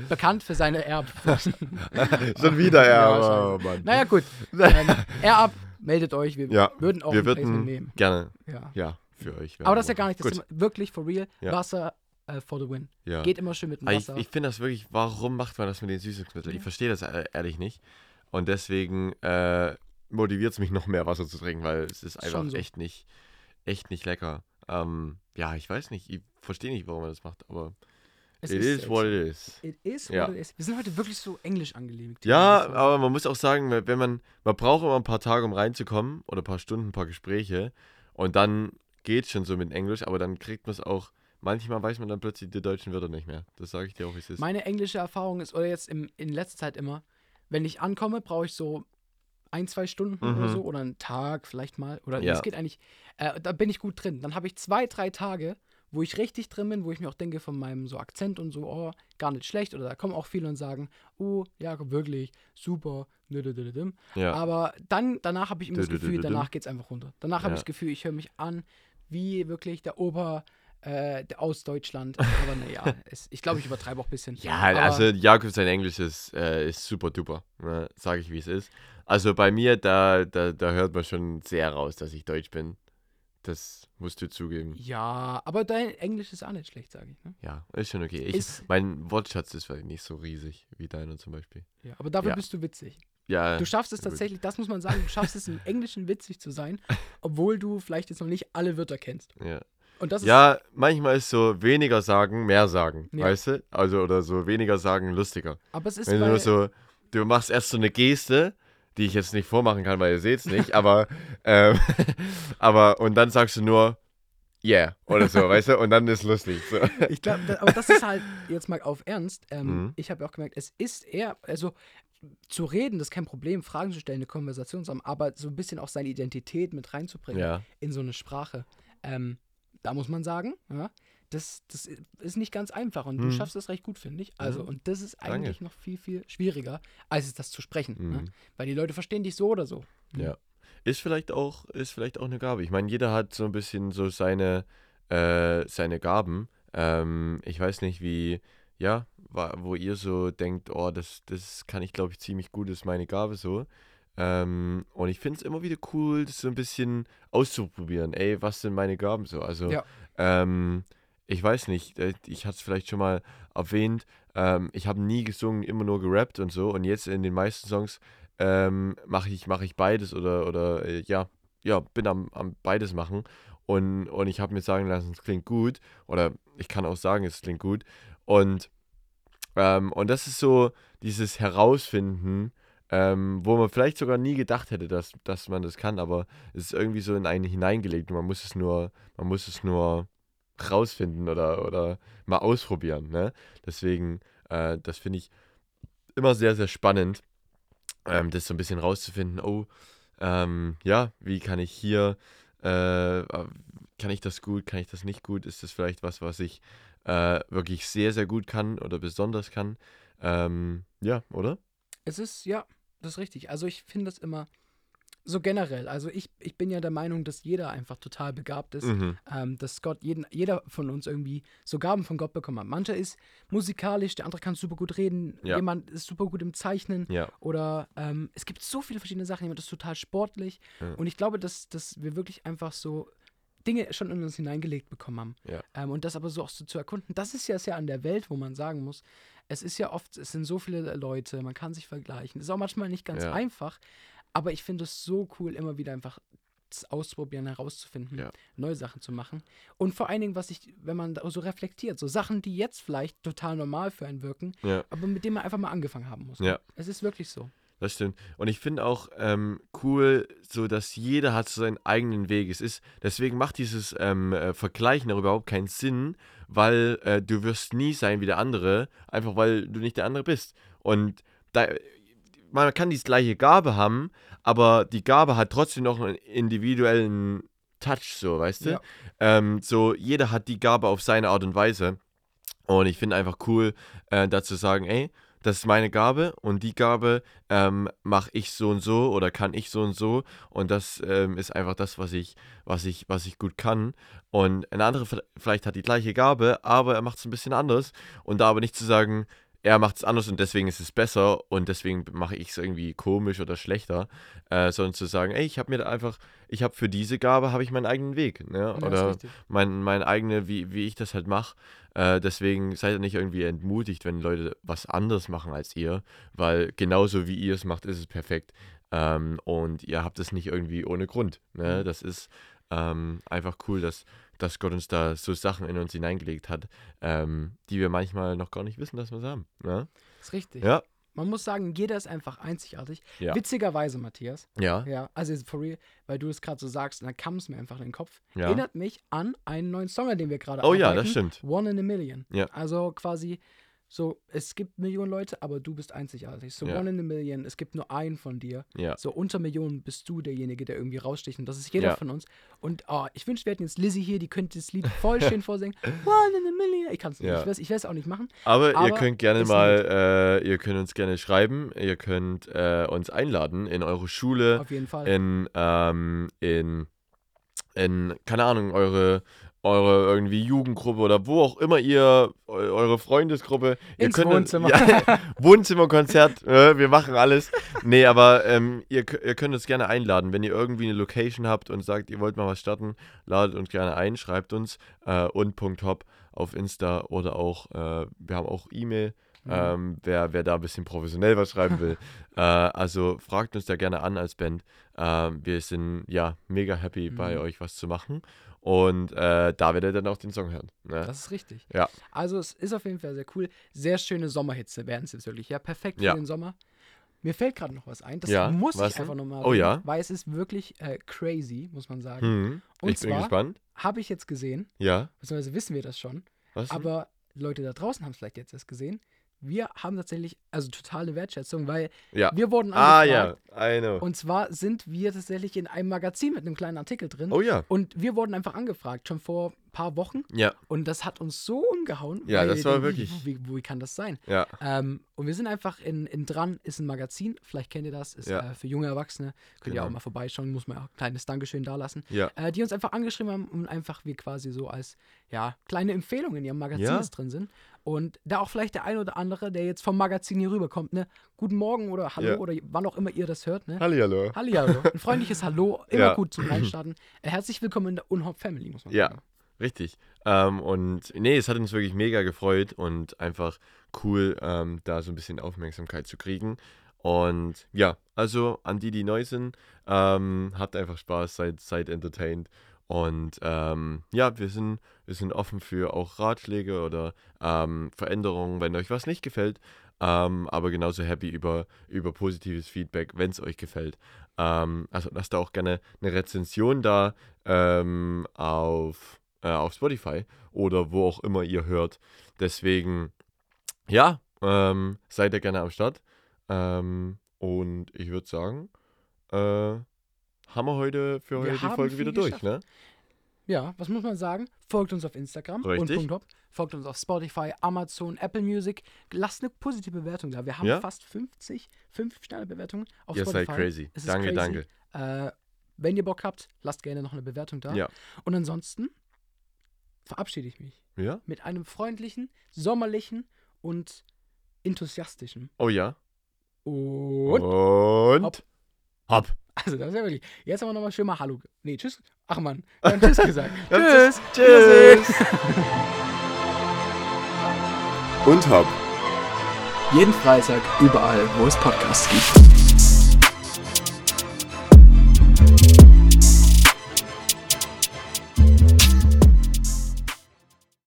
S2: Bekannt für seine Erbflaschen.
S1: Schon wieder,
S2: Ja,
S1: ja,
S2: scheiße.
S1: oh, Mann.
S2: naja, gut. Ähm, er ab, meldet euch. Wir
S1: Ja,
S2: würden auch
S1: wir
S2: ein Placement nehmen.
S1: würden gerne,
S2: Ja.
S1: ja, für euch.
S2: Aber
S1: Werbung
S2: das ist ja gar
S1: machen.
S2: nicht das
S1: Gut.
S2: Thema. Wirklich, for real,
S1: Ja.
S2: Wasser äh, for the win.
S1: Ja.
S2: Geht immer schön mit dem
S1: Aber Ah, ich
S2: Wasser. Mhm.
S1: ich finde das wirklich, warum macht man das mit den Süßungsmitteln? Ich verstehe das äh, ehrlich nicht. Und deswegen äh, motiviert es mich noch mehr Wasser zu trinken, weil es ist einfach
S2: Schon so.
S1: echt nicht, echt nicht lecker. Ähm, ja, ich weiß nicht, ich verstehe nicht, warum man das macht, aber
S2: es
S1: it
S2: ist
S1: is what
S2: what
S1: it is.
S2: it is.
S1: Ja.
S2: What it is. Wir sind heute wirklich so englisch angelegt.
S1: Ja,
S2: aber
S1: aber man muss auch sagen, wenn man, man braucht immer ein paar Tage, um reinzukommen oder ein paar Stunden, ein paar Gespräche und dann geht schon so mit Englisch, aber dann kriegt man es auch, manchmal weiß man dann plötzlich die deutschen Wörter nicht mehr. Das sage ich dir auch, wie es ist.
S2: meine englische Erfahrung ist, oder jetzt im, in letzter Zeit immer, wenn ich ankomme, brauche ich so ein, zwei Stunden
S1: Mhm.
S2: oder so oder einen Tag vielleicht mal. Oder
S1: Ja.
S2: es geht eigentlich, äh, da bin ich gut drin. Dann habe ich zwei, drei Tage, wo ich richtig drin bin, wo ich mir auch denke von meinem so Akzent und so, oh, gar nicht schlecht. Oder da kommen auch viele und sagen, oh, ja, wirklich, super, nödödödödöm.
S1: Ja,
S2: Aber dann, danach habe ich immer das
S1: Dü- dü- dü-
S2: Gefühl,
S1: dü- dü.
S2: danach geht es einfach runter. Danach habe ich
S1: Ja.
S2: das Gefühl, ich höre mich an wie wirklich der Opa äh, der- aus Deutschland. Aber naja, es- ich glaube, ich übertreibe auch ein bisschen.
S1: ja
S2: aber,
S1: also Jakob, sein Englisch ist, äh, ist super duper, ne? sage ich, wie es ist. Also bei mir, da, da, da hört man schon sehr raus, dass ich deutsch bin. Das musst du zugeben.
S2: Ja, aber dein Englisch ist auch nicht schlecht, sage ich. Ne?
S1: Ja, ist schon okay. Ich,
S2: Ist,
S1: mein Wortschatz ist vielleicht nicht so riesig wie deiner zum Beispiel.
S2: ja, aber dafür
S1: ja.
S2: bist du witzig.
S1: Ja,
S2: Du schaffst es
S1: gut.
S2: tatsächlich, das muss man sagen, du schaffst es im Englischen witzig zu sein, obwohl du vielleicht jetzt noch nicht alle Wörter kennst.
S1: ja.
S2: Und das ist
S1: Ja, manchmal ist so weniger sagen, mehr sagen,
S2: Also Ja.
S1: weißt du? Also, oder so weniger sagen, lustiger.
S2: aber es ist
S1: Wenn du
S2: bei,
S1: nur so, du machst erst so eine Geste, die ich jetzt nicht vormachen kann, weil ihr seht es nicht, aber, ähm, aber, und dann sagst du nur, yeah, oder so, weißt du, und dann ist lustig. So.
S2: Ich glaube, da, aber das ist halt, jetzt mal auf Ernst, ähm,
S1: Mhm.
S2: ich habe ja auch gemerkt, es ist eher, also zu reden, das ist kein Problem, Fragen zu stellen, eine Konversation zu haben, aber so ein bisschen auch seine Identität mit reinzubringen
S1: Ja.
S2: in so eine Sprache. Ähm, da muss man sagen, ja, das, das ist nicht ganz einfach und du
S1: Mhm.
S2: schaffst das recht gut, finde ich. Also,
S1: Mhm.
S2: und das ist
S1: Danke.
S2: eigentlich noch viel, viel schwieriger, als es das zu sprechen. Ne?
S1: Mhm.
S2: Weil die Leute verstehen dich so oder so.
S1: Ja. Ist vielleicht auch, ist vielleicht auch eine Gabe. Ich meine, jeder hat so ein bisschen so seine, äh, seine Gaben. Ähm, ich weiß nicht, wie, ja, wa- wo ihr so denkt, oh, das, das kann ich, glaube ich, ziemlich gut, das ist meine Gabe so. Ähm, und ich finde es immer wieder cool, das so ein bisschen auszuprobieren. Ey, was sind meine Gaben so? Also,
S2: Ja.
S1: ähm, ich weiß nicht, äh, ich hatte es vielleicht schon mal erwähnt, ähm, ich habe nie gesungen, immer nur gerappt und so. Und jetzt in den meisten Songs ähm, mache ich, mach ich beides oder, oder äh, ja, ja, bin am, am beides machen. Und, und ich habe mir sagen lassen, es klingt gut. Oder ich kann auch sagen, es klingt gut. Und, ähm, und das ist so dieses Herausfinden, ähm, wo man vielleicht sogar nie gedacht hätte, dass, dass man das kann, aber es ist irgendwie so in einen hineingelegt und man muss es nur, man muss es nur rausfinden oder, oder mal ausprobieren. Ne? Deswegen, äh, das finde ich immer sehr, sehr spannend, ähm, das so ein bisschen rauszufinden, oh, ähm, ja, wie kann ich hier, äh, äh, kann ich das gut, kann ich das nicht gut, ist das vielleicht was, was ich äh, wirklich sehr, sehr gut kann oder besonders kann. Ähm, ja, oder?
S2: Es ist, ja, das ist richtig. Also ich finde das immer so generell. Also ich, ich bin ja der Meinung, dass jeder einfach total begabt ist.
S1: Mhm.
S2: Ähm, dass Gott, jeden, jeder von uns irgendwie so Gaben von Gott bekommen hat. Mancher ist musikalisch, der andere kann super gut reden,
S1: Ja.
S2: jemand ist super gut im Zeichnen.
S1: Ja.
S2: Oder ähm, es gibt so viele verschiedene Sachen, jemand ist total sportlich.
S1: Ja.
S2: Und ich glaube, dass, dass wir wirklich einfach so Dinge schon in uns hineingelegt bekommen haben.
S1: Ja.
S2: Ähm, und das aber so auch so zu erkunden, das ist ja, ist ja an der Welt, wo man sagen muss, es ist ja oft, es sind so viele Leute, man kann sich vergleichen. Ist auch manchmal nicht ganz
S1: Ja.
S2: einfach, aber ich finde es so cool, immer wieder einfach das auszuprobieren, herauszufinden,
S1: Ja.
S2: neue Sachen zu machen. Und vor allen Dingen, was ich, wenn man da so reflektiert, so Sachen, die jetzt vielleicht total normal für einen wirken,
S1: Ja.
S2: aber mit denen man einfach mal angefangen haben muss.
S1: Ja.
S2: Es ist wirklich so.
S1: Das stimmt. Und ich finde auch ähm, cool, so dass jeder hat so seinen eigenen Weg. Es ist, deswegen macht dieses ähm, äh, Vergleichen auch überhaupt keinen Sinn, weil äh, du wirst nie sein wie der andere, einfach weil du nicht der andere bist. Und da, man kann die gleiche Gabe haben, aber die Gabe hat trotzdem noch einen individuellen Touch, so, weißt du?
S2: Ja.
S1: Ähm, so, jeder hat die Gabe auf seine Art und Weise. Und ich finde einfach cool, äh, dazu sagen, ey, das ist meine Gabe und die Gabe ähm, mache ich so und so oder kann ich so und so und das ähm, ist einfach das, was ich, was ich, was ich gut kann. Und ein anderer vi- vielleicht hat die gleiche Gabe, aber er macht es ein bisschen anders und da aber nicht zu sagen, er macht es anders und deswegen ist es besser und deswegen mache ich es irgendwie komisch oder schlechter, äh, sondern zu sagen, ey, ich habe mir da einfach, ich habe für diese Gabe habe ich meinen eigenen Weg, ne?
S2: Ja, ist
S1: Oder
S2: richtig.
S1: mein, mein eigene, wie, wie ich das halt mache. Äh, deswegen seid ihr nicht irgendwie entmutigt, wenn Leute was anderes machen als ihr, weil genauso wie ihr es macht, ist es perfekt. Ähm, und ihr habt es nicht irgendwie ohne Grund. Ne?
S2: Mhm.
S1: Das ist ähm, einfach cool, dass, dass Gott uns da so Sachen in uns hineingelegt hat, ähm, die wir manchmal noch gar nicht wissen, dass wir es haben. Ne?
S2: Ist richtig.
S1: Ja,
S2: Man muss sagen, jeder ist einfach einzigartig.
S1: Ja.
S2: Witzigerweise, Matthias.
S1: ja,
S2: Ja, also jetzt for real, weil du es gerade so sagst, und dann kam es mir einfach in den Kopf.
S1: Ja.
S2: Erinnert mich an einen neuen Song, an dem wir gerade
S1: Oh ja,
S2: arbeiten.
S1: das stimmt.
S2: One in a Million.
S1: Ja.
S2: Also quasi so, es gibt Millionen Leute, aber du bist einzigartig. So
S1: Ja.
S2: One in a Million, es gibt nur einen von dir.
S1: ja.
S2: So unter Millionen bist du derjenige, der irgendwie raussticht. Und das ist jeder
S1: Ja.
S2: von uns. Und oh, ich wünschte, wir hätten jetzt Lizzie hier, die könnte das Lied voll schön vorsingen. One in a Million. Ich kann es nicht.
S1: Ja.
S2: Ich werde es auch nicht machen.
S1: Aber, ihr
S2: Aber
S1: könnt gerne
S2: ist
S1: mal, äh, ihr könnt uns gerne schreiben, ihr könnt äh, uns einladen in eure Schule,
S2: Auf jeden Fall.
S1: in, ähm, in, in, keine Ahnung, eure, eure irgendwie Jugendgruppe oder wo auch immer ihr, eu- eure Freundesgruppe. Ihr
S2: Ins
S1: könnt,
S2: Wohnzimmer.
S1: Ja, Wohnzimmerkonzert, äh, wir machen alles. Nee, aber ähm, ihr, kö- ihr könnt uns gerne einladen, wenn ihr irgendwie eine Location habt und sagt, ihr wollt mal was starten, ladet uns gerne ein, schreibt uns äh, und Punkt Hop auf Insta oder auch, äh, wir haben auch E-Mail.
S2: Mhm.
S1: Ähm, wer, wer da ein bisschen professionell was schreiben will. äh, also fragt uns da gerne an als Band. Ähm, wir sind ja mega happy, bei
S2: Mhm.
S1: euch was zu machen. Und äh, da werdet ihr dann auch den Song hören. Ne?
S2: Das ist richtig.
S1: Ja.
S2: Also es ist auf jeden Fall sehr cool. Sehr schöne Sommerhitze werden es jetzt wirklich. Ja, perfekt für
S1: Ja.
S2: den Sommer. Mir fällt gerade noch was ein. Das
S1: Ja,
S2: muss
S1: was
S2: ich einfach
S1: denn?
S2: nochmal.
S1: Oh ja.
S2: Weil es ist wirklich äh, crazy, muss man sagen.
S1: Hm,
S2: Und
S1: ich bin
S2: zwar-
S1: gespannt.
S2: Habe ich jetzt gesehen,
S1: Ja.
S2: beziehungsweise wissen wir das schon.
S1: Was? denn?
S2: Aber Leute da draußen haben es vielleicht jetzt erst gesehen. Wir haben tatsächlich, also totale Wertschätzung, weil
S1: ja.
S2: wir wurden
S1: Ah
S2: angefragt.
S1: ja, I know.
S2: Und zwar sind wir tatsächlich in einem Magazin mit einem kleinen Artikel drin.
S1: Oh ja.
S2: Und wir wurden einfach angefragt, schon vor ein paar Wochen.
S1: Ja,
S2: Und das hat uns so umgehauen.
S1: Ja,
S2: weil
S1: das
S2: wir
S1: war
S2: denken,
S1: wirklich-
S2: Wie, wie, wie kann das sein?
S1: ja.
S2: Ähm, und wir sind einfach in, in Dran, ist ein Magazin, vielleicht kennt ihr das, ist
S1: Ja.
S2: äh, für junge Erwachsene. Könnt ihr
S1: Genau.
S2: auch mal vorbeischauen, muss man ja auch ein kleines Dankeschön dalassen.
S1: Ja.
S2: Äh, die uns einfach angeschrieben haben und einfach wir quasi so als ja, kleine Empfehlungen in ihrem Magazin
S1: Ja.
S2: jetzt drin sind. Und da auch vielleicht der ein oder andere, der jetzt vom Magazin hier rüberkommt, ne? Guten Morgen oder Hallo
S1: Ja.
S2: oder wann auch immer ihr das hört, ne?
S1: Hallihallo.
S2: Hallihallo. Ein freundliches Hallo, immer
S1: Ja.
S2: gut zum Reinstarten. Äh, herzlich willkommen in der Unhop Family, muss man
S1: Ja,
S2: sagen.
S1: richtig. Ähm, und nee, es hat uns wirklich mega gefreut und einfach cool, ähm, da so ein bisschen Aufmerksamkeit zu kriegen. Und ja, also an die, die neu sind, ähm, habt einfach Spaß, seid, seid entertained. Und ähm, ja, wir sind, wir sind offen für auch Ratschläge oder ähm, Veränderungen, wenn euch was nicht gefällt. Ähm, aber genauso happy über, über positives Feedback, wenn es euch gefällt. Ähm, also lasst da auch gerne eine Rezension da ähm, auf, äh, auf Spotify oder wo auch immer ihr hört. Deswegen, ja, ähm, seid ihr gerne am Start. Ähm, und ich würde sagen, äh, haben wir heute für heute
S2: Wir
S1: die
S2: haben
S1: Folge
S2: viel
S1: wieder durch, ne?
S2: Ja, was muss man sagen? Folgt uns auf Instagram
S1: Richtig.
S2: und .hop. Folgt uns auf Spotify, Amazon, Apple Music. Lasst eine positive Bewertung da. Wir haben
S1: Ja.
S2: fast 50, 5 Sterne Bewertungen auf
S1: Ihr seid
S2: Spotify.
S1: crazy.
S2: Es ist
S1: danke,
S2: crazy.
S1: danke.
S2: danke. Äh, wenn ihr Bock habt, lasst gerne noch eine Bewertung da.
S1: Ja.
S2: Und ansonsten verabschiede ich mich
S1: Ja?
S2: mit einem freundlichen, sommerlichen und enthusiastischen.
S1: Oh ja.
S2: Und,
S1: Oh. Und
S2: Hopp.
S1: hopp.
S2: also das ist ja wirklich. Jetzt haben wir nochmal schön mal Hallo. ge- Nee, tschüss. Ach man, wir haben Tschüss gesagt.
S1: Wir haben
S2: tschüss.
S1: Tschüss.
S3: Und hopp.
S2: Jeden Freitag überall, wo es Podcasts gibt.